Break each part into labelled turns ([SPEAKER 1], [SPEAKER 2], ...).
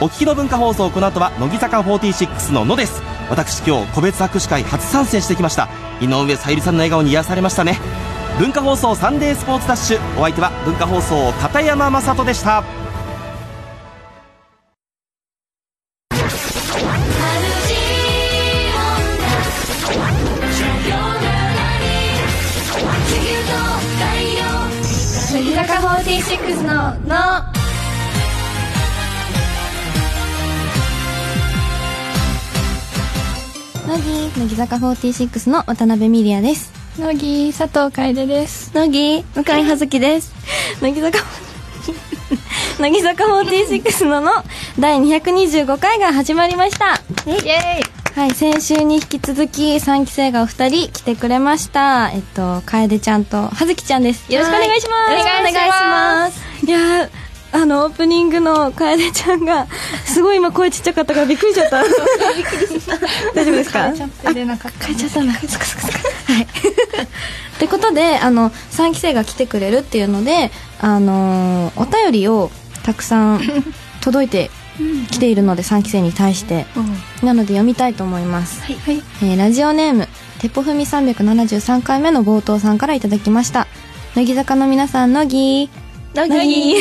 [SPEAKER 1] お聞きの文化放送この後は乃木坂46の「の」です私今日個別握手会初参戦してきました井上さゆりさんの笑顔に癒されましたね文化放送サンデースポーツダッシュお相手は文化放送片山雅人でした
[SPEAKER 2] 乃木坂46の「の」
[SPEAKER 3] 乃木乃木坂46の渡辺美里也です
[SPEAKER 4] 乃木佐藤楓です
[SPEAKER 3] 乃木向井葉月です乃木坂 乃木坂46のの第225回が始まりました
[SPEAKER 4] イエーイ
[SPEAKER 3] はい先週に引き続き3期生がお二人来てくれましたえっと楓ちゃんと葉月ちゃんですよろしくお願いします
[SPEAKER 4] はいよろしくお願いします
[SPEAKER 3] いやーあのオープニングの楓ちゃんがすごい今声ちっちゃかったからびっくりしちゃった 大丈 夫ですか
[SPEAKER 4] ちゃんと入れなかった
[SPEAKER 3] 変えちゃったなそっかそっかそっか はいってことであの3期生が来てくれるっていうのであのーお便りをたくさん届いてきているので3期生に対してなので読みたいと思います、
[SPEAKER 4] はいはい
[SPEAKER 3] えーラジオネームてっぽふみ373回目の冒頭さんからいただきました乃木坂の皆さん乃木
[SPEAKER 4] 乃木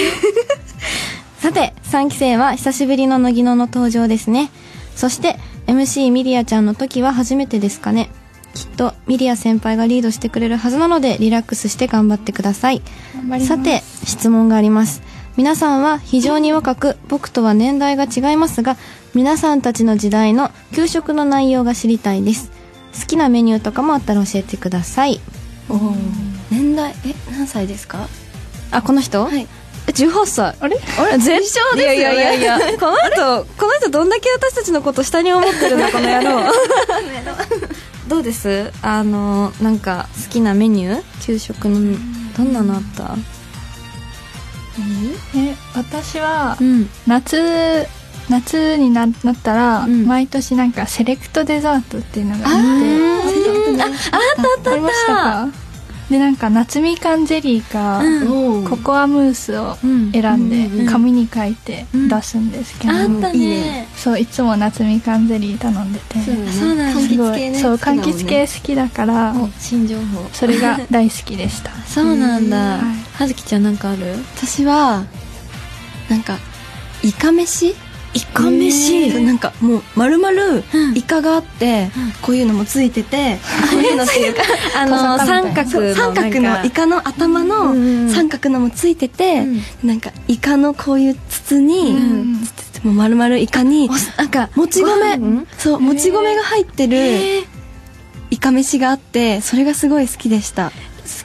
[SPEAKER 3] さて3期生は久しぶりの乃木野の登場ですねそして MC ミリアちゃんの時は初めてですかねきっとミリア先輩がリードしてくれるはずなのでリラックスして頑張ってください
[SPEAKER 4] 頑張ります
[SPEAKER 3] さて質問があります皆さんは非常に若く僕とは年代が違いますが皆さんたちの時代の給食の内容が知りたいです好きなメニューとかもあったら教えてください
[SPEAKER 5] 年代え何歳ですか
[SPEAKER 3] あこの人、
[SPEAKER 5] はい
[SPEAKER 3] え18歳
[SPEAKER 4] あれ
[SPEAKER 3] あれ絶頂ですよ、ね、
[SPEAKER 5] いやいやいや
[SPEAKER 3] この人この人どんだけ私たちのこと下に思ってるのこの野郎どうですあのなんか好きなメニュー給食のどんなのあった
[SPEAKER 4] え私は
[SPEAKER 3] うん
[SPEAKER 4] 夏夏にななったら
[SPEAKER 3] うん
[SPEAKER 4] 毎年なんかセレクトデザートっていうのが
[SPEAKER 3] う
[SPEAKER 4] あって
[SPEAKER 3] んああったあ
[SPEAKER 4] あ
[SPEAKER 3] っ
[SPEAKER 4] り
[SPEAKER 3] たあっ
[SPEAKER 4] ました
[SPEAKER 3] た
[SPEAKER 4] かでなんか夏みかんゼリーか
[SPEAKER 3] うん
[SPEAKER 4] ココアムースを
[SPEAKER 3] うん
[SPEAKER 4] 選ん
[SPEAKER 5] うんうん
[SPEAKER 4] で
[SPEAKER 5] うん
[SPEAKER 4] 紙に書いて出すんですけど
[SPEAKER 3] あった
[SPEAKER 5] いい
[SPEAKER 3] ね
[SPEAKER 5] ね
[SPEAKER 4] そういつも夏みかんゼリー頼んでて
[SPEAKER 5] そうだね
[SPEAKER 3] そうなんだ
[SPEAKER 4] すご
[SPEAKER 5] 柑橘系
[SPEAKER 4] い
[SPEAKER 5] ね
[SPEAKER 4] そう
[SPEAKER 5] 好きだ
[SPEAKER 4] 柑
[SPEAKER 5] もんね
[SPEAKER 4] 橘系好きだから
[SPEAKER 3] お新情報
[SPEAKER 4] それが大好きでした
[SPEAKER 3] そうなんだ
[SPEAKER 4] うんはい
[SPEAKER 3] 葉月ちゃんなんかある
[SPEAKER 5] 私はなんかイカ飯
[SPEAKER 3] イ
[SPEAKER 5] カなんかもう丸々
[SPEAKER 3] うん
[SPEAKER 5] イカがあって、こういうのもついてて、こういうのっていうか
[SPEAKER 3] あの
[SPEAKER 4] トサカみ
[SPEAKER 3] 三
[SPEAKER 4] た
[SPEAKER 3] 角の
[SPEAKER 4] いな
[SPEAKER 5] 三角
[SPEAKER 3] なん
[SPEAKER 5] の
[SPEAKER 3] か
[SPEAKER 5] イカの頭
[SPEAKER 3] う
[SPEAKER 5] の
[SPEAKER 3] ん
[SPEAKER 5] 三角のもついてて、なんかイカのこういう筒に、
[SPEAKER 4] うん
[SPEAKER 5] もう丸々イカに
[SPEAKER 3] おなんか
[SPEAKER 5] もち
[SPEAKER 3] ご
[SPEAKER 5] 米
[SPEAKER 3] 飯
[SPEAKER 5] そうもち米が入ってる
[SPEAKER 3] えー
[SPEAKER 5] イカ飯があってそれがすごい好きでした
[SPEAKER 3] 好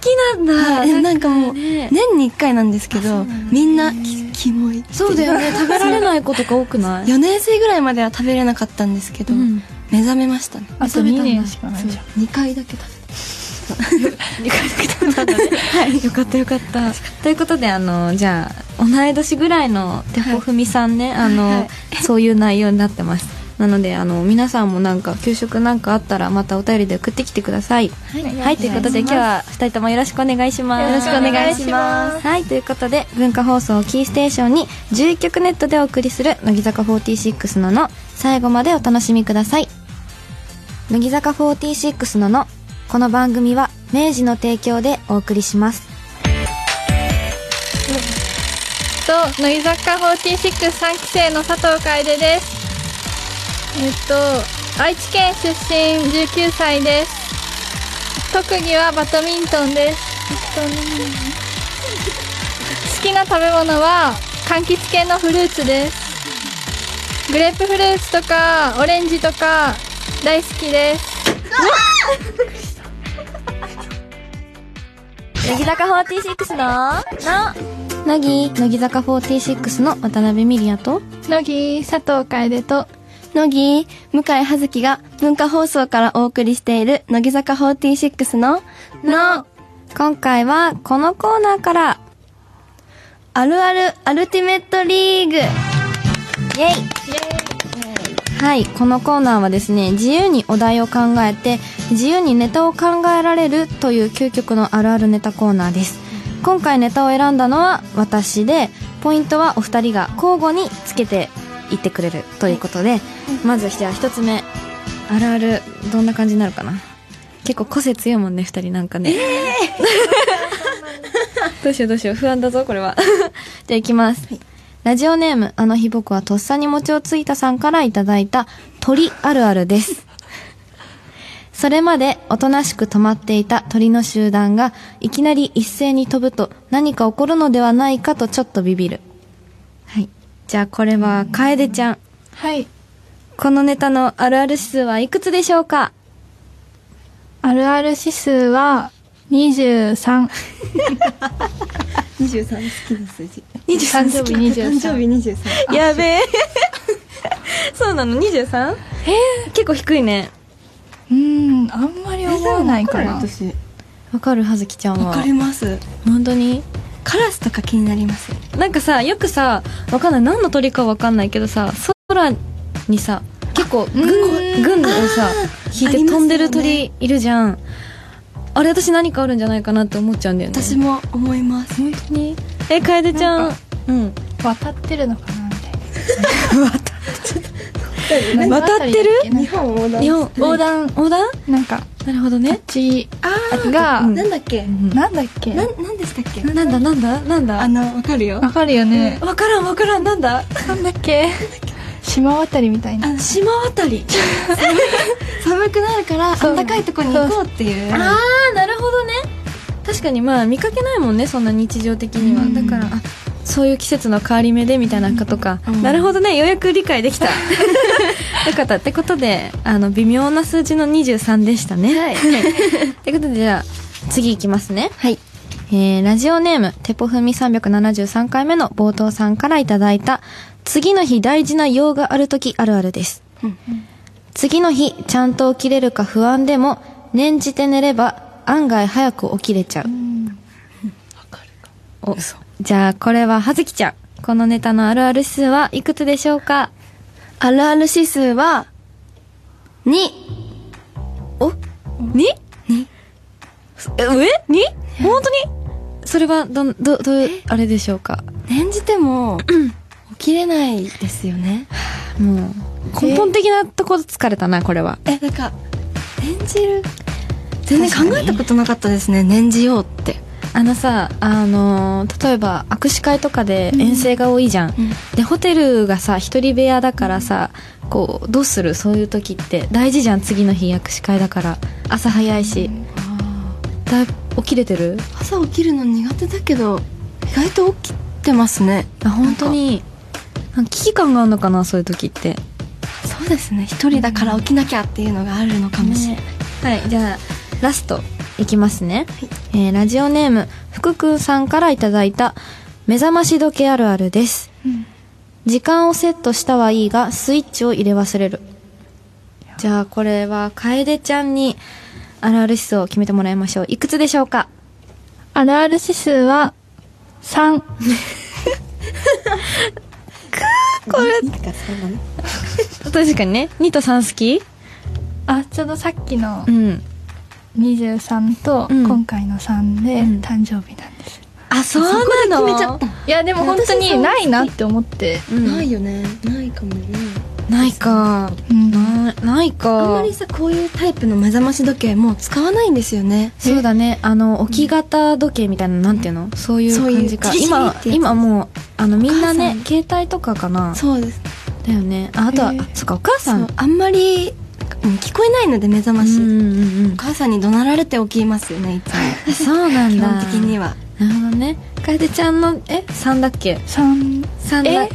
[SPEAKER 3] きなんだ、
[SPEAKER 5] はいえなんかもう
[SPEAKER 3] ね
[SPEAKER 5] 年に1回なんですけど、みんなきキモいってい
[SPEAKER 3] そうだよね食べられない子とか多くない
[SPEAKER 5] 4年生ぐらいまでは食べれなかったんですけど、
[SPEAKER 3] うん
[SPEAKER 5] 目覚めましたね
[SPEAKER 4] あと2年しかないじゃん
[SPEAKER 5] 2回だけ食
[SPEAKER 3] はいよかったよかったということであのじゃあ同い年ぐらいのてほふみさんね、あの、
[SPEAKER 5] はいはい
[SPEAKER 3] そういう内容になってますなのであの皆さんもなんか給食なんかあったらまたお便りで送ってきてください
[SPEAKER 5] べて
[SPEAKER 3] はい、ということで今日は2人ともよろしくお願いします
[SPEAKER 4] よろしくお願いします
[SPEAKER 3] はいということで文化放送をキーステーションに11曲ネットでお送りする乃木坂46のの最後までお楽しみください乃木坂46ののこの番組は明治の提供でお送りします
[SPEAKER 4] と乃木坂463期生の佐藤楓ですえっと愛知県出身19歳です特技はバドミントンです 好きな食べ物は柑橘系のフルーツですグレープフルーツとかオレンジとか大好きです
[SPEAKER 3] 乃木坂46のの乃木乃木坂46の渡辺美里也と
[SPEAKER 4] 乃木佐藤楓と
[SPEAKER 5] 乃木向井葉月が文化放送からお送りしている乃木坂46の
[SPEAKER 3] の今回はこのコーナーから
[SPEAKER 5] あるあるアルティメットリーグ
[SPEAKER 3] イエイはい、このコーナーはですね、自由にお題を考えて、自由にネタを考えられるという究極のあるあるネタコーナーです。今回ネタを選んだのは私で、ポイントはお二人が交互につけて言ってくれるということで、まずじゃあ一つ目あるあるどんな感じになるかな結構個性強いもんね二人なんかね、どうしようどうしよう不安だぞこれは じゃあいきます、ラジオネームあの日僕はとっさに餅をついたさんからいただいた鳥あるあるです それまでおとなしく止まっていた鳥の集団がいきなり一斉に飛ぶと何か起こるのではないかとちょっとビビる。はい。じゃあこれは楓ちゃん。
[SPEAKER 4] はい。
[SPEAKER 3] このネタのあるある指数はいくつでしょうか
[SPEAKER 4] あるある指数は23。
[SPEAKER 5] 23好きな数字
[SPEAKER 4] 誕生日
[SPEAKER 5] 誕生
[SPEAKER 4] 23。
[SPEAKER 5] 日23
[SPEAKER 3] やべえ。 そうなの ?23? え結構低いね。
[SPEAKER 4] うーん、あんまり思わないかな。
[SPEAKER 5] 私
[SPEAKER 3] わかるはずきちゃんは。
[SPEAKER 5] わかります
[SPEAKER 3] 本当に
[SPEAKER 5] カラスとか気になります
[SPEAKER 3] なんかさ、よくさ、わかんない。何の鳥かわかんないけどさ、空にさ、結構、
[SPEAKER 4] うん
[SPEAKER 3] 群、群をさ、引い
[SPEAKER 5] あり
[SPEAKER 3] て
[SPEAKER 5] ますよね
[SPEAKER 3] 飛んでる鳥いるじゃん。あれ私何かあるんじゃないかなって思っちゃうんだよね。
[SPEAKER 5] 私も思います
[SPEAKER 4] 本当に
[SPEAKER 3] え、楓ちゃ
[SPEAKER 4] なんん。
[SPEAKER 3] うん。
[SPEAKER 4] 渡ってるのかなみたいな。
[SPEAKER 3] 渡ってる
[SPEAKER 4] なんか
[SPEAKER 5] 本横断
[SPEAKER 3] 日本、横断、横断
[SPEAKER 4] なんか、
[SPEAKER 3] なるほどね。
[SPEAKER 4] ち、
[SPEAKER 5] あ
[SPEAKER 4] が、
[SPEAKER 3] うん
[SPEAKER 5] なんだっけ
[SPEAKER 4] なんだっけ
[SPEAKER 5] なんなんでしたっけ
[SPEAKER 3] なんだなんだなんだ
[SPEAKER 5] あのわかるよ
[SPEAKER 4] わかるよね。
[SPEAKER 3] わからんわからん、なんだ
[SPEAKER 4] なんだっけ島渡りみたいな。
[SPEAKER 3] 島渡 り。
[SPEAKER 5] 寒くなるから
[SPEAKER 4] そう
[SPEAKER 5] 暖かいとこに行こうっていう
[SPEAKER 3] ああ、なるほどね。確かにまあ見かけないもんね、そんな日常的には。
[SPEAKER 4] うん
[SPEAKER 3] だから、あ、そういう季節の変わり目でみたいなことか。
[SPEAKER 5] うん
[SPEAKER 3] なるほどね、ようやく理解 できた。よかった。ってことで、あの、微妙な数字の23でしたね。はい。ってことで、じゃあ、次いきますね。
[SPEAKER 5] はい
[SPEAKER 3] えーラジオネーム、テポフミ373回目の冒頭さんからいただいた、次の日大事な用があるときあるあるです。
[SPEAKER 5] うん
[SPEAKER 3] 次の日、ちゃんと起きれるか不安でも、念じて寝れば、案外早く起きれちゃう。お、じゃあ、これは、はずきちゃん。このネタのあるある指数はいくつでしょうか
[SPEAKER 5] あるある指数は2
[SPEAKER 3] お、ににえ、に本当にそれは、どん、ど、どう、あれでしょうか
[SPEAKER 5] 念じても起きれないですよね
[SPEAKER 3] もう、根本的なとこ疲れたな、これは。
[SPEAKER 5] えなんか念じる全然考えたことなかったですね念じようって
[SPEAKER 3] あのさ、あのー例えば握手会とかで遠征が多いじゃん。
[SPEAKER 5] うん
[SPEAKER 3] で、ホテルがさ、一人部屋だからさ、こう、どうするそういう時って。大事じゃん、次の日握手会だから。朝早いし。だい起きれてる
[SPEAKER 5] 朝起きるの苦手だけど意外と起きてますね
[SPEAKER 3] あ、本当に。なんか危機感があるのかな、そういう時って。
[SPEAKER 5] そうですね一人だから起きなきゃっていうのがあるのかもしれない、
[SPEAKER 3] はいじゃあラストいきますね、えーラジオネーム福くんさんからいただいた目覚まし時計あるあるです、時間をセットしたはいいがスイッチを入れ忘れるじゃあこれは楓ちゃんにあるある指数を決めてもらいましょういくつでしょうか
[SPEAKER 4] あるある指数は3。
[SPEAKER 3] 確かにね2と3好き
[SPEAKER 4] あ、ちょうどさっきの
[SPEAKER 3] うん
[SPEAKER 4] 23と
[SPEAKER 3] うん
[SPEAKER 4] 今回の3で
[SPEAKER 3] うん
[SPEAKER 4] 誕生日なんです。
[SPEAKER 3] あそうなの
[SPEAKER 5] 決めちゃった
[SPEAKER 4] いや、でも本当
[SPEAKER 5] 私
[SPEAKER 4] に
[SPEAKER 5] そう
[SPEAKER 4] ないなって思って。
[SPEAKER 3] うん
[SPEAKER 5] ないよねないかもね
[SPEAKER 3] ないか
[SPEAKER 4] うん
[SPEAKER 3] ないないか
[SPEAKER 5] あんまりさこういうタイプの目覚まし時計もう使わないんですよね
[SPEAKER 3] そうだねあの置き型時計みたいな、なんていうのそういう
[SPEAKER 5] そういう
[SPEAKER 3] 感じか
[SPEAKER 5] チリチリ
[SPEAKER 3] 今
[SPEAKER 5] ってやつ
[SPEAKER 3] 今もうあのみんな
[SPEAKER 5] お母
[SPEAKER 3] ね
[SPEAKER 5] さん
[SPEAKER 3] 携帯とかかな
[SPEAKER 5] そうです
[SPEAKER 3] だよねああとは、
[SPEAKER 4] へえ
[SPEAKER 3] あそっかお母
[SPEAKER 5] そ
[SPEAKER 3] さん
[SPEAKER 5] うあんまりうん聞こえないので目覚ま
[SPEAKER 3] う
[SPEAKER 5] し、
[SPEAKER 3] んうんう
[SPEAKER 5] お
[SPEAKER 3] ん
[SPEAKER 5] 母さんに怒鳴られて起きますよねいつも
[SPEAKER 3] あそうなん
[SPEAKER 5] 基
[SPEAKER 3] だ
[SPEAKER 5] 本的には
[SPEAKER 3] なるほどね楓ちゃんのえ三だっけ
[SPEAKER 4] 3、
[SPEAKER 3] 三だ
[SPEAKER 4] え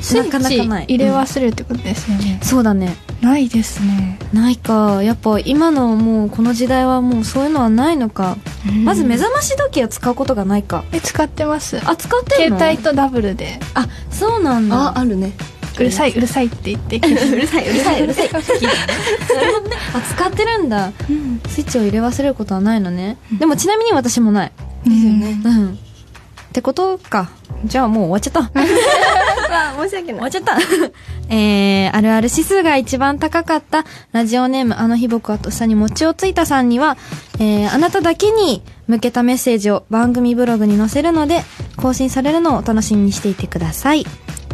[SPEAKER 4] スイ
[SPEAKER 3] なかなか
[SPEAKER 4] ッ
[SPEAKER 3] ない
[SPEAKER 4] チ入れ忘れるってことですよね。
[SPEAKER 3] そうだね
[SPEAKER 4] ないですね。
[SPEAKER 3] ないかやっぱ今のもうこの時代はもうそういうのはないのか、まず目
[SPEAKER 5] 覚
[SPEAKER 3] 覚まし時計を使うことがないか
[SPEAKER 4] え、使ってます。
[SPEAKER 3] あ使ってる
[SPEAKER 4] 携
[SPEAKER 3] の
[SPEAKER 4] 帯とダブルで、
[SPEAKER 3] あそうなんだ
[SPEAKER 5] ああるね
[SPEAKER 4] うるさい、うるさいって言って、
[SPEAKER 5] うるさいうるさいうるさい、
[SPEAKER 3] なるほどねあ使ってるんだ
[SPEAKER 5] うん、
[SPEAKER 3] スイッチを入れ忘れることはないのね、でもちなみに私もない
[SPEAKER 5] ですよね
[SPEAKER 3] うんってことかじゃあもう終わっちゃった
[SPEAKER 5] あ申し訳
[SPEAKER 3] 終わっちゃったえー、あるある指数が一番高かったラジオネームあの日僕はとっさに餅をついたさんには、えー、あなただけに向けたメッセージを番組ブログに載せるので更新されるのをお楽しみにしていてください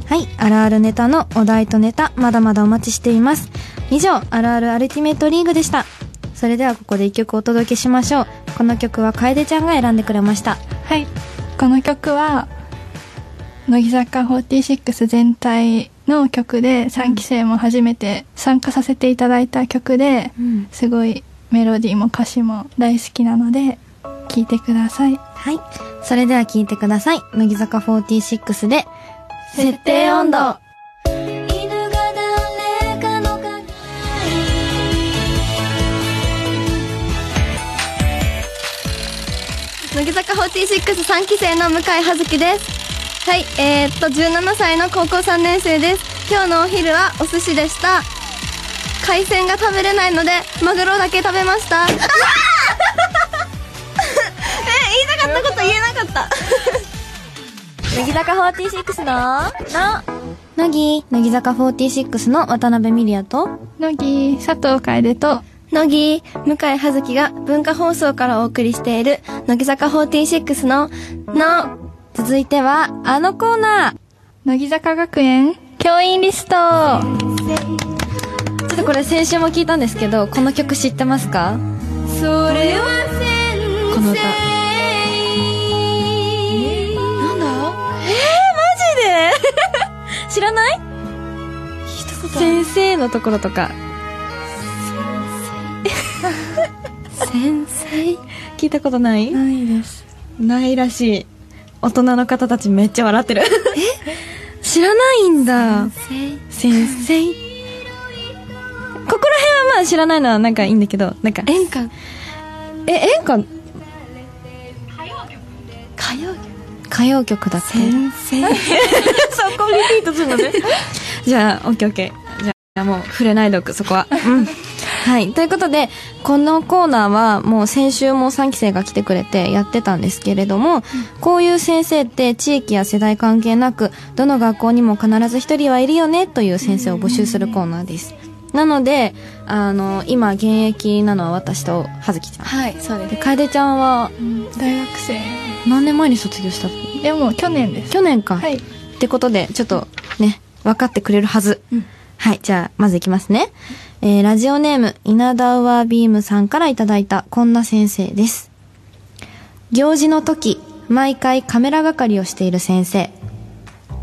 [SPEAKER 3] はい、あるあるネタのお題とネタ、まだまだお待ちしています。以上、あるあるアルティメットリーグでした。それではここで一曲お届けしましょう。この曲は楓ちゃんが選んでくれました。
[SPEAKER 4] はい。この曲は、乃木坂46全体の曲で、3期生も初めて参加させていただいた曲で、
[SPEAKER 3] うん。
[SPEAKER 4] すごいメロディーも歌詞も大好きなので、聴いてください。
[SPEAKER 3] はい。それでは聴いてください。乃木坂46で、設定温度。
[SPEAKER 2] 犬が誰かの影
[SPEAKER 5] 乃木坂463期生の向井葉月ですはいえー、っと17歳の高校3年生です今日のお昼はお寿司でした海鮮が食べれないのでマグロだけ食べましたえ言いたかったこと言えなかった
[SPEAKER 3] 乃木坂46の、の、乃木、乃木坂46の渡辺美里也と、
[SPEAKER 4] 乃木佐藤楓と、
[SPEAKER 5] 乃木向井葉月が文化放送からお送りしている乃木坂46のの
[SPEAKER 3] 続いては、あのコーナー。
[SPEAKER 4] 乃木坂学園教員リスト
[SPEAKER 3] ちょっとこれ先週も聞いたんですけど、この曲知ってますか
[SPEAKER 5] それは
[SPEAKER 3] この歌。
[SPEAKER 5] なんだ
[SPEAKER 3] えー、マジで 知らない先生のところとか。先生聞いたことない
[SPEAKER 4] ないです。
[SPEAKER 3] ないらしい。大人の方たちめっちゃ笑ってる。え知らないんだ。先生。ここら辺はまあ知らないのはなんかいいんだけど、なんか、
[SPEAKER 5] 演歌
[SPEAKER 3] え、演歌
[SPEAKER 5] 火曜
[SPEAKER 3] 歌謡曲だって。
[SPEAKER 5] 生
[SPEAKER 3] そこリピートするのね。じゃあ、オッケーオッケー。じゃあ、もう触れないでおく、そこは。うん。はい。ということで、このコーナーは、もう先週も3期生が来てくれてやってたんですけれども、こういう先生って地域や世代関係なく、どの学校にも必ず一人はいるよね、という先生を募集するコーナーです。なので、あの、今、現役なのは私と、はずきちゃん。
[SPEAKER 5] はいそうで
[SPEAKER 3] で、楓ちゃんは、
[SPEAKER 4] 大学生。
[SPEAKER 3] 何年前に卒業した
[SPEAKER 4] いやもう去年です。
[SPEAKER 3] 去年か。
[SPEAKER 4] はい。
[SPEAKER 3] ってことで、ちょっとね、分かってくれるはず。はい、じゃあ、まずいきますね。えー、ラジオネーム、稲田ウアビームさんからいただいた、こんな先生です。行事の時、毎回カメラ係をしている先生。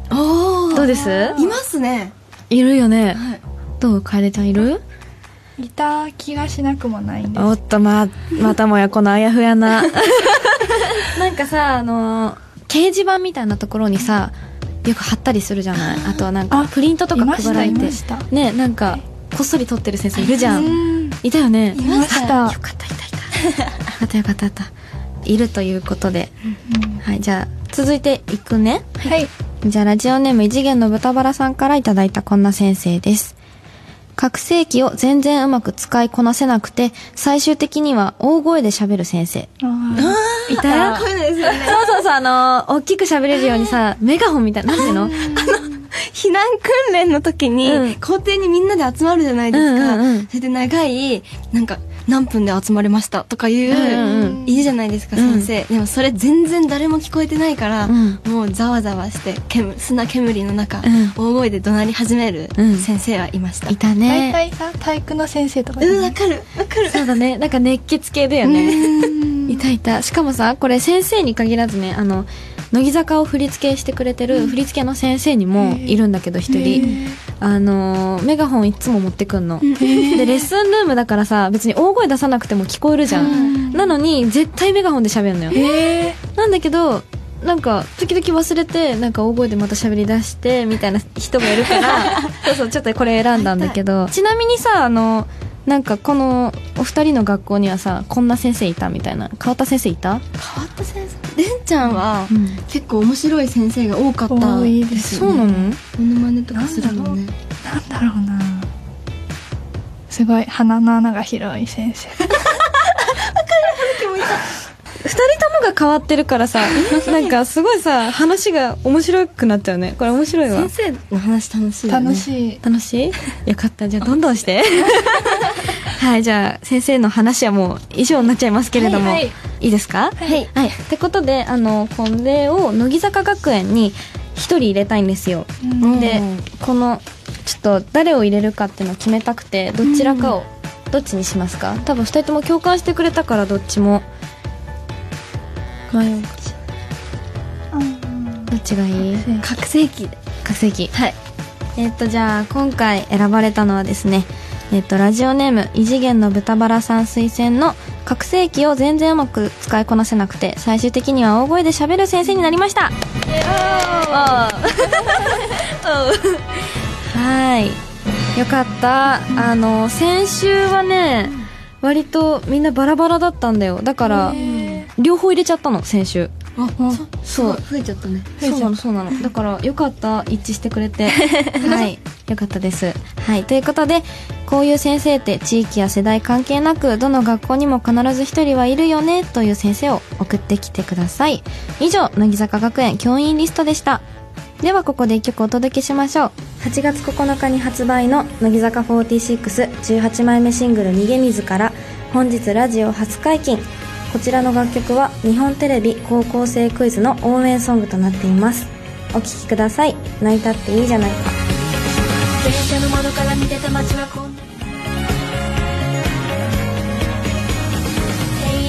[SPEAKER 5] お
[SPEAKER 3] どうです
[SPEAKER 5] いますね
[SPEAKER 3] いるよね。どう楓ちゃんいる
[SPEAKER 4] いた気がしなくもないんです。
[SPEAKER 3] おっと、ま、またもやこのあやふやな。 なんかさ、あのー掲示板みたいなところにさ、よく貼ったりするじゃないあとはなんか、
[SPEAKER 4] あ
[SPEAKER 3] プリントとか配られ
[SPEAKER 4] い
[SPEAKER 3] て
[SPEAKER 4] ま。したいまし
[SPEAKER 3] ね、なんか、こっそり撮ってる先生いるじ
[SPEAKER 4] た
[SPEAKER 3] ゃん。いたよね。
[SPEAKER 4] いました。
[SPEAKER 3] よかった、いた、い た。よかった、よかった、いた。いるということで。はい、じゃあ、続いていくね。
[SPEAKER 4] はい。
[SPEAKER 3] じゃあ、ラジオネーム異次元の豚バラさんからいただいたこんな先生です。覚醒器を全然うまく使いこなせなくて、最終的には大声で喋る先生。
[SPEAKER 4] あ
[SPEAKER 3] いたよ。 そうそうそう、あのー大きく喋れるようにさ、メガホンみたいな、なんていうの
[SPEAKER 5] 避難訓練の時に、
[SPEAKER 3] うん
[SPEAKER 5] 校庭にみんなで集まるじゃないですか、
[SPEAKER 3] うんうんうん
[SPEAKER 5] それで長いなんか何分で集まれましたとかいう、
[SPEAKER 3] うんうん
[SPEAKER 5] いいじゃないですか
[SPEAKER 3] うん
[SPEAKER 5] 先生、でもそれ全然誰も聞こえてないから、
[SPEAKER 3] うん
[SPEAKER 5] もうざわざわして煙砂煙の中、
[SPEAKER 3] ん
[SPEAKER 5] 大声で怒鳴り始める
[SPEAKER 3] うん
[SPEAKER 5] 先生はいました、
[SPEAKER 3] いた
[SPEAKER 4] ー大
[SPEAKER 3] ね。
[SPEAKER 4] 体さ、体育の先生とかじゃ
[SPEAKER 5] うん
[SPEAKER 4] な
[SPEAKER 5] わ
[SPEAKER 4] い
[SPEAKER 5] かるわかる
[SPEAKER 3] そうだね。なんか熱血系だよね。いたいた。しかもさ、これ先生に限らずね、あの、乃木坂を振り付けしてくれてる振り付けの先生にもいるんだけど、一人。あのー、メガホンいつも持ってくんの。で、レッスンルームだからさ、別に大声出さなくても聞こえるじゃん。なのに、絶対メガホンで喋るのよ。
[SPEAKER 4] え
[SPEAKER 3] なんだけど、なんか、時々忘れて、なんか大声でまた喋り出して、みたいな人がいるから、 そうそう、ちょっとこれ選んだんだけど、ちなみにさ、あの、なんかこの、お二人の学校にはさ、こんな先生いたみたいな。変わった先生いた
[SPEAKER 5] 変わった先生れんちゃんは、
[SPEAKER 3] ん。
[SPEAKER 5] 結構面白い先生が多かった
[SPEAKER 4] 多いです
[SPEAKER 3] そうなの
[SPEAKER 5] モノマネとかするもんね
[SPEAKER 4] ー、なんだろうなすごい、鼻の穴が広い先生。
[SPEAKER 3] 二人ともが変わってるから さ、なんかすごいさ、話が面白くなっちゃうね。これ面白いわ。
[SPEAKER 5] 先生の話楽しいよね
[SPEAKER 4] 楽しい。
[SPEAKER 3] 楽しいよかった。じゃあ、どんどんして。はい、じゃあ、先生の話はもう以上になっちゃいますけれども、
[SPEAKER 4] はい
[SPEAKER 3] い
[SPEAKER 4] はい
[SPEAKER 3] ですか
[SPEAKER 5] はい
[SPEAKER 3] はい。ってことで、あの、これを、乃木坂学園に、一人入れたいんですよ、でこのちょっと誰を入れるかっていうのを決めたくてどちらかをどっちにしますか多分2人とも共感してくれたからどっちも迷うどっちがいい
[SPEAKER 5] 覚醒器
[SPEAKER 3] 覚醒器
[SPEAKER 5] はい
[SPEAKER 3] えっとじゃあ今回選ばれたのはですねえっとラジオネーム異次元の豚バラさん推薦の覚醒器を全然うまく使いこなせなくて最終的には大声で喋る先生になりましたはいよかった、あの先週はね割とみんなバラバラだったんだよだから両方入れちゃったの先週そう
[SPEAKER 5] 増えちゃったね
[SPEAKER 3] そうなのそうなのだからよかった一致してくれ てはいよかったですはいということでこういう先生って地域や世代関係なくどの学校にも必ず一人はいるよねという先生を送ってきてください以上乃木坂学園教員リストでしたではここで一曲お届けしましょう8月9日に発売の乃木坂4618枚目シングル「逃げ水」から本日ラジオ初解禁こちらの楽曲は日本テレビ高校生クイズの応援ソングとなっていますお聴きください泣いたっていいじゃない
[SPEAKER 2] 電車の窓から見てた街はこんな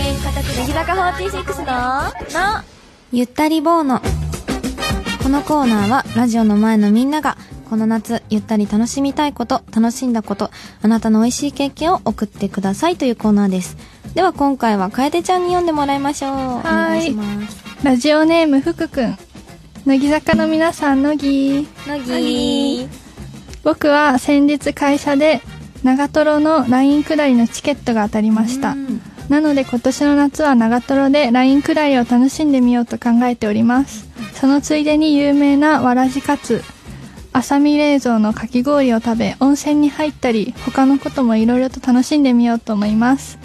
[SPEAKER 2] 永遠固く
[SPEAKER 3] 乃木坂46ののゆったりボーノこのコーナーはラジオの前のみんながこの夏ゆったり楽しみたいこと楽しんだことあなたの美味しい経験を送ってくださいというコーナーですでは今回は楓ちゃんに読んでもらいましょうお願いします
[SPEAKER 4] ラジオネーム福くん乃木坂の皆さん乃木
[SPEAKER 3] 乃木
[SPEAKER 4] 僕は先日会社で長瀞のライン下りのチケットが当たりましたなので今年の夏は長瀞でライン下りを楽しんでみようと考えておりますそのついでに有名なわらじかつ浅見冷蔵のかき氷を食べ温泉に入ったり他のこともいろいろと楽しんでみようと思います、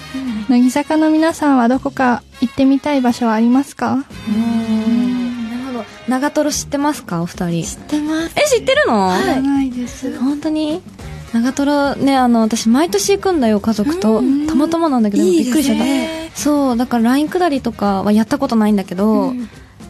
[SPEAKER 4] 乃木坂の皆さんはどこか行ってみたい場所はありますか
[SPEAKER 3] なるほど長瀞知ってますかお二人
[SPEAKER 5] 知ってます
[SPEAKER 3] え知ってるの、
[SPEAKER 5] はい
[SPEAKER 4] ないです
[SPEAKER 3] 本当に長瀞ねあの私毎年行くんだよ家族とたまたまなんだけど
[SPEAKER 5] いい
[SPEAKER 3] びっくりしちゃった
[SPEAKER 5] ね
[SPEAKER 3] そうだからライン下りとかはやったことないんだけど、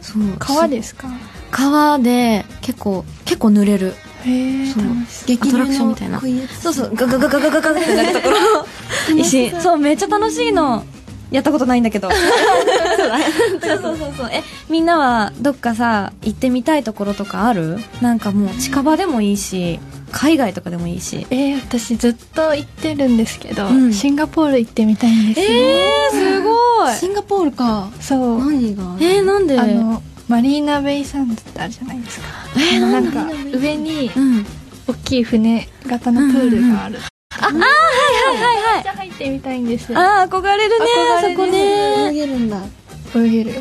[SPEAKER 3] そう
[SPEAKER 4] 川
[SPEAKER 3] で
[SPEAKER 4] ですか
[SPEAKER 3] 川で結構結構濡れる
[SPEAKER 4] へえ
[SPEAKER 3] そう
[SPEAKER 4] 楽しそう
[SPEAKER 3] アトラクションみたいなそうそうガガガガガガガってなるところ石そうめっちゃ楽しいのやったことないんだけどそうそうそうそうえみんなはどっかさ行ってみたいところとかあるなんかもう近場でもいいし海外とかでもいいし
[SPEAKER 4] えー、私ずっと行ってるんですけど、
[SPEAKER 3] うん
[SPEAKER 4] シンガポール行ってみたいんですよ、
[SPEAKER 3] えー、すごい
[SPEAKER 5] シンガポールか
[SPEAKER 4] そう
[SPEAKER 5] 何が
[SPEAKER 3] えー、なんで
[SPEAKER 4] あのマリーナ・ベイ・サンズってあるじゃないですか
[SPEAKER 3] えー、
[SPEAKER 4] な
[SPEAKER 3] なんん
[SPEAKER 4] か
[SPEAKER 3] か
[SPEAKER 4] 上に
[SPEAKER 3] うん
[SPEAKER 4] 大きい船型のプールがある、
[SPEAKER 3] はいはい
[SPEAKER 4] めっちゃ入ってみたいんですよ
[SPEAKER 3] あー憧れるねあ
[SPEAKER 4] 憧れる
[SPEAKER 3] そこね
[SPEAKER 5] 泳げるんだ
[SPEAKER 4] 泳げる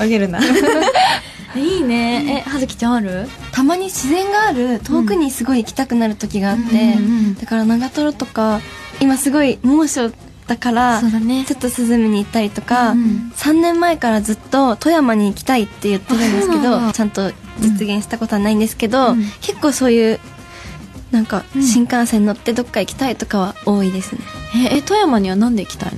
[SPEAKER 3] あげるな いいねえはずきちゃんある
[SPEAKER 5] たまに自然がある遠くにすごい行きたくなる時があって、
[SPEAKER 3] うんうんうん
[SPEAKER 5] だから長瀞とか今すごい猛暑だから
[SPEAKER 3] そうだね
[SPEAKER 5] ちょっと涼みに行ったりとか、
[SPEAKER 3] うんうん
[SPEAKER 5] 3年前からずっと富山に行きたいって言ってるんですけ
[SPEAKER 3] あそうな
[SPEAKER 5] ど
[SPEAKER 3] んだ
[SPEAKER 5] ちゃんと実現したことはないんですけど、
[SPEAKER 3] うん
[SPEAKER 5] 結構そういうなんか
[SPEAKER 3] うん
[SPEAKER 5] 新幹線乗ってどっか行きたいとかは多いですね、
[SPEAKER 3] ええ富山にはなんで行きたい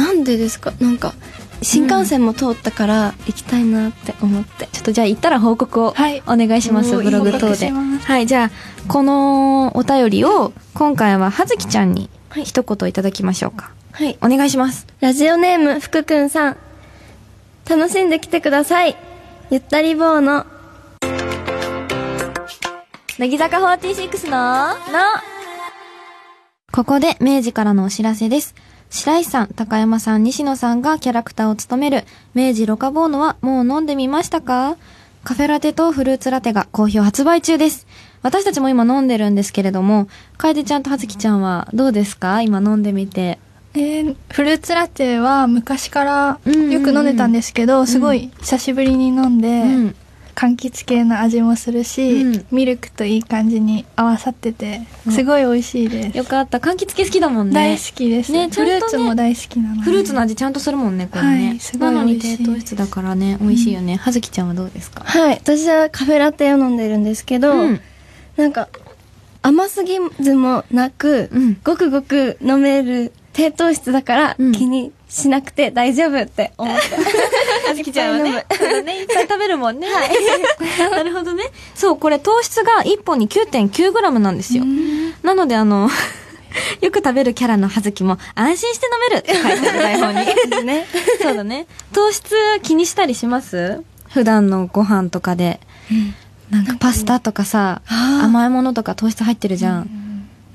[SPEAKER 3] の
[SPEAKER 5] なんでですかなんか新幹線も通ったから行きたいなって思って、
[SPEAKER 3] ちょっとじゃあ行ったら報告を
[SPEAKER 4] はい
[SPEAKER 3] お願いします、
[SPEAKER 5] おー
[SPEAKER 3] ブログ
[SPEAKER 4] 報
[SPEAKER 3] 等
[SPEAKER 4] 告
[SPEAKER 3] で
[SPEAKER 4] します
[SPEAKER 3] はいじゃあこのお便りを今回ははずきちゃんに一言いただきましょうか、
[SPEAKER 5] はい
[SPEAKER 3] お願いします
[SPEAKER 5] ラジオネーム福くんさん楽しんできてくださいゆったり棒の
[SPEAKER 3] 乃木坂46の、の、ここで明治からのお知らせです。白石さん、高山さん、西野さんがキャラクターを務める明治ロカボーノはもう飲んでみましたかカフェラテとフルーツラテが好評発売中です。私たちも今飲んでるんですけれども、楓ちゃんと葉月ちゃんはどうですか今飲んでみて。
[SPEAKER 4] えーフルーツラテは昔から
[SPEAKER 3] うんうんうん
[SPEAKER 4] よく飲んでたんですけど、すごい久しぶりに飲んで、
[SPEAKER 3] うん。
[SPEAKER 4] 柑橘系の味もするし、
[SPEAKER 3] うん
[SPEAKER 4] ミルクといい感じに合わさっててすごい美味しいです、
[SPEAKER 3] よかった。柑橘系好きだもんね。
[SPEAKER 4] 大好きです、
[SPEAKER 3] ねちゃんと
[SPEAKER 4] フル
[SPEAKER 3] ね
[SPEAKER 4] ーツも大好きなので
[SPEAKER 3] フルーツの味ちゃんとするもんね、これね。
[SPEAKER 4] はいすご
[SPEAKER 3] な
[SPEAKER 4] い
[SPEAKER 3] のに
[SPEAKER 4] 美味しい
[SPEAKER 3] 低糖質だからね、美味しいよね。葉月ちゃんはどうですか
[SPEAKER 5] はい私はカフェラテを飲んでるんですけど、
[SPEAKER 3] うん
[SPEAKER 5] なんか甘すぎずもなく、
[SPEAKER 3] うん
[SPEAKER 5] ごくごく飲める低糖質だから
[SPEAKER 3] うん
[SPEAKER 5] 気にしなくて大丈夫って思って、
[SPEAKER 3] あずき ちゃんはね。そうだねいっぱい食べるもんね。なるほどね。そう、これ糖質が1本に 9.9g なんですよ。なので、あの、 よく食べるキャラの葉月も安心して飲めるって書いてある 台本に。
[SPEAKER 5] ね。
[SPEAKER 3] そうだね。糖質気にしたりします普段のご飯とかで。なんかパスタとかさ、
[SPEAKER 5] あー
[SPEAKER 3] 甘いものとか糖質入ってるじゃん。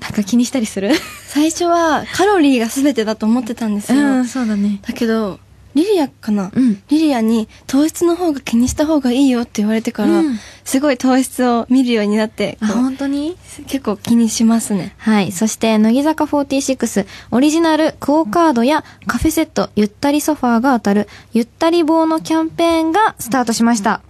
[SPEAKER 3] なんか気にしたりする
[SPEAKER 5] 最初はカロリーが全てだと思ってたんですよ。
[SPEAKER 3] そうだね。
[SPEAKER 5] だけど、リリアかな、
[SPEAKER 3] うん
[SPEAKER 5] リリアに糖質の方が気にした方がいいよって言われてから、
[SPEAKER 3] うん
[SPEAKER 5] すごい糖質を見るようになって、
[SPEAKER 3] あ、
[SPEAKER 5] こう
[SPEAKER 3] 本当に
[SPEAKER 5] 結構気にしますね。
[SPEAKER 3] はい。そして、乃木坂46オリジナルクオカードやカフェセットゆったりソファーが当たるゆったり棒のキャンペーンがスタートしました。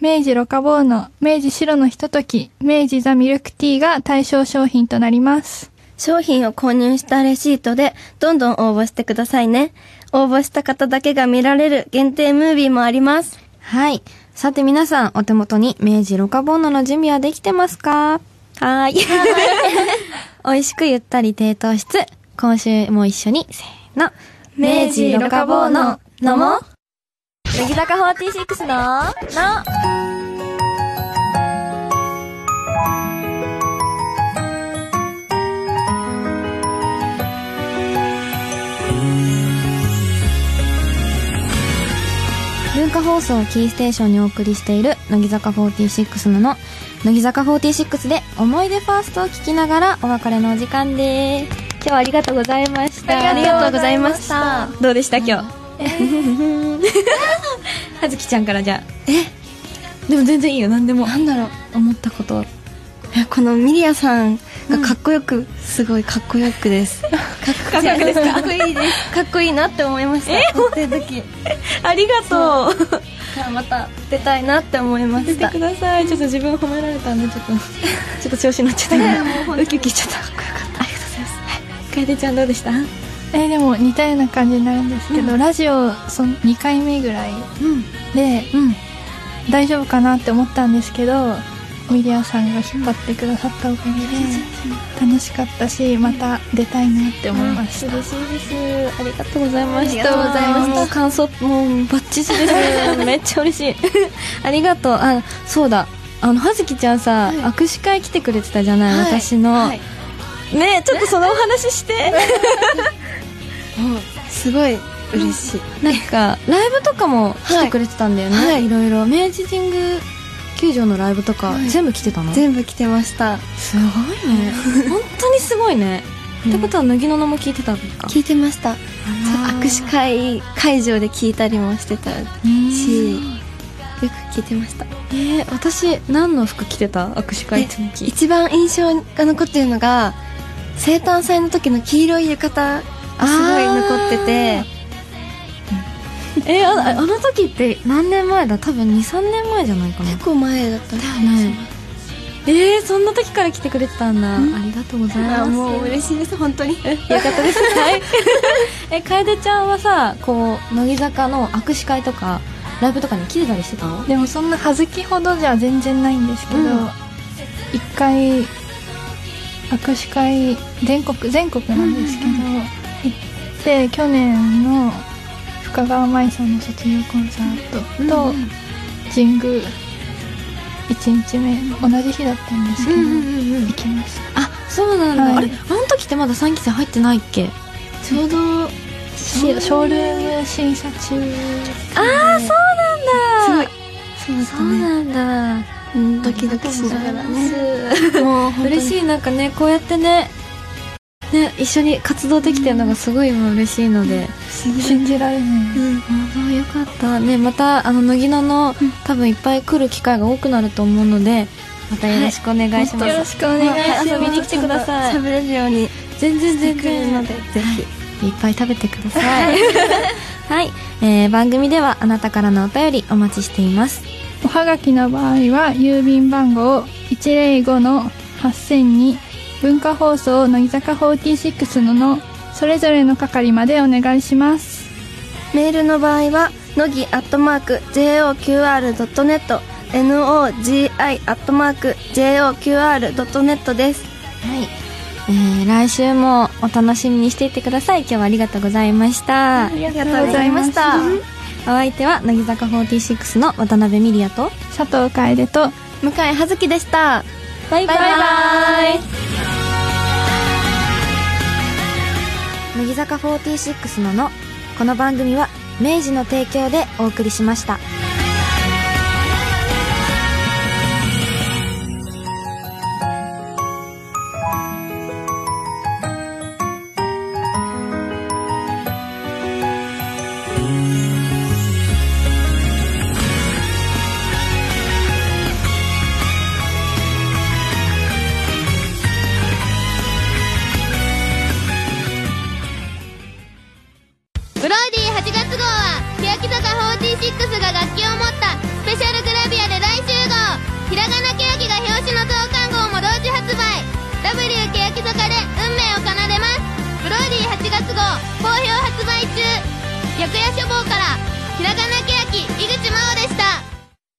[SPEAKER 4] 明治ロカボーノ、明治白のひととき、明治ザミルクティーが対象商品となります。
[SPEAKER 5] 商品を購入したレシートでどんどん応募してくださいね。応募した方だけが見られる限定ムービーもあります。
[SPEAKER 3] はい。さて皆さん、お手元に明治ロカボーノの準備はできてますかはーい。 美味しくゆったり低糖質。今週も一緒に、せーの。
[SPEAKER 5] 明治ロカボーノ飲もう
[SPEAKER 3] 乃木坂46の、の。文化放送をキーステーションにお送りしている乃木坂46のの乃木坂46で思い出ファーストを聞きながらお別れのお時間です今日はありがとうございました
[SPEAKER 5] ありがとうございました。
[SPEAKER 3] どうでした今日 はずきちゃんからじゃあえでも全然いいよ何でも
[SPEAKER 5] なんだろう。
[SPEAKER 3] 思ったこと
[SPEAKER 5] えこのミリアさんがかっこよく、すごいかっこよくです。かっこよくですかっこいいです。かっこいいなって思いました。え撮ってる時。
[SPEAKER 3] ありがとう
[SPEAKER 5] また出たいなって思いま
[SPEAKER 3] 出
[SPEAKER 5] してた。
[SPEAKER 3] くださいちょっと自分褒められたんでちょっ とちょっと調子乗っちゃったけどウキウキしちゃったかっこよかったありがとうございます楓ちゃんどうでしたうん
[SPEAKER 4] えーでも似たような感じになるんですけど、ラジオその2回目ぐらいで
[SPEAKER 3] うん
[SPEAKER 4] 大丈夫かなって思ったんですけどミリアさんが引っ張ってくださったおかげで楽しかったしまた出たいなって思いました
[SPEAKER 3] 嬉しいですありがとうございました
[SPEAKER 5] ありがとうございました
[SPEAKER 3] もう感想もうバッチシですめっちゃ嬉しいありがとうあそうだあの葉月ちゃんさ、握手会来てくれてたじゃない、私の、
[SPEAKER 5] はい
[SPEAKER 3] ねちょっとそのお話して
[SPEAKER 5] もうすごい嬉しい。
[SPEAKER 3] なんかライブとかも来てくれてたんだよね、
[SPEAKER 5] はい
[SPEAKER 3] い、ろいろ明治神宮球場のライブとか、
[SPEAKER 5] はい
[SPEAKER 3] 全部来てたの
[SPEAKER 5] 全部来てました。
[SPEAKER 3] すごいね本当にすごいね、ってことは乃木の名も聞いてたのか
[SPEAKER 5] 聞いてました。
[SPEAKER 3] あらー
[SPEAKER 5] 握手会会場で聞いたりもしてたし、よく聞いてました。
[SPEAKER 3] えー、私何の服着てた握手会の時
[SPEAKER 5] 一番印象が残ってるのが生誕祭の時の黄色い浴衣がすごい残ってて
[SPEAKER 3] えー、ああの時って何年前だ多分23年前じゃないかな
[SPEAKER 5] 結構前だったんで
[SPEAKER 3] ねえー、そんな時から来てくれてたんだ、ありがとうございます
[SPEAKER 5] あもう嬉しいです本当に
[SPEAKER 3] よかった ですはいえ楓ちゃんはさこう乃木坂の握手会とかライブとかに来てたりしてたの
[SPEAKER 4] でもそんな葉月ほどじゃ全然ないんですけど、
[SPEAKER 3] うん
[SPEAKER 4] 一回握手会全国全国なんですけど、行って去年の深川舞さんの卒業コンサートと神宮1日目同じ日だったんですけど、
[SPEAKER 3] んう
[SPEAKER 4] 行きました
[SPEAKER 3] あそうなんだ、
[SPEAKER 4] はい
[SPEAKER 3] あれあの時ってまだ3期生入ってないっけちょうどあ
[SPEAKER 4] ショールーム審査中
[SPEAKER 3] あそうなんだ
[SPEAKER 5] そうだ
[SPEAKER 3] そうなんだ
[SPEAKER 5] うんドキドキしながらね もう本当に
[SPEAKER 3] 嬉しいなんかねこうやってねね一緒に活動できてるのがすごい今嬉しいので、
[SPEAKER 4] 信じられない
[SPEAKER 3] ああよかったねまたあの乃木菜の多分いっぱい来る機会が多くなると思うのでまたよろしくお願いします、
[SPEAKER 5] よろしくお願いします
[SPEAKER 3] はい遊びに来てください
[SPEAKER 5] 喋れるように
[SPEAKER 3] 全然全
[SPEAKER 5] 来る
[SPEAKER 3] 然
[SPEAKER 5] のでぜひ
[SPEAKER 3] いっぱい食べてください はい、えー番組ではあなたからのお便りお待ちしています
[SPEAKER 4] おはがきの場合は郵便番号105-8000に文化放送乃木坂46ののそれぞれの係までお願いします
[SPEAKER 5] メールの場合は乃木アットマーク JOQR.net NOGI アットマーク JOQR.net です
[SPEAKER 3] はい、えー来週もお楽しみにしていてください今日はありがとうございました
[SPEAKER 5] ありがとうございました
[SPEAKER 3] おお相手は乃木坂46の渡辺美里也と
[SPEAKER 4] 佐藤楓と
[SPEAKER 5] 向井葉月でした
[SPEAKER 3] バイバイ
[SPEAKER 5] バイバイ
[SPEAKER 3] 乃木坂46ののこの番組は明治の提供でお送りしました。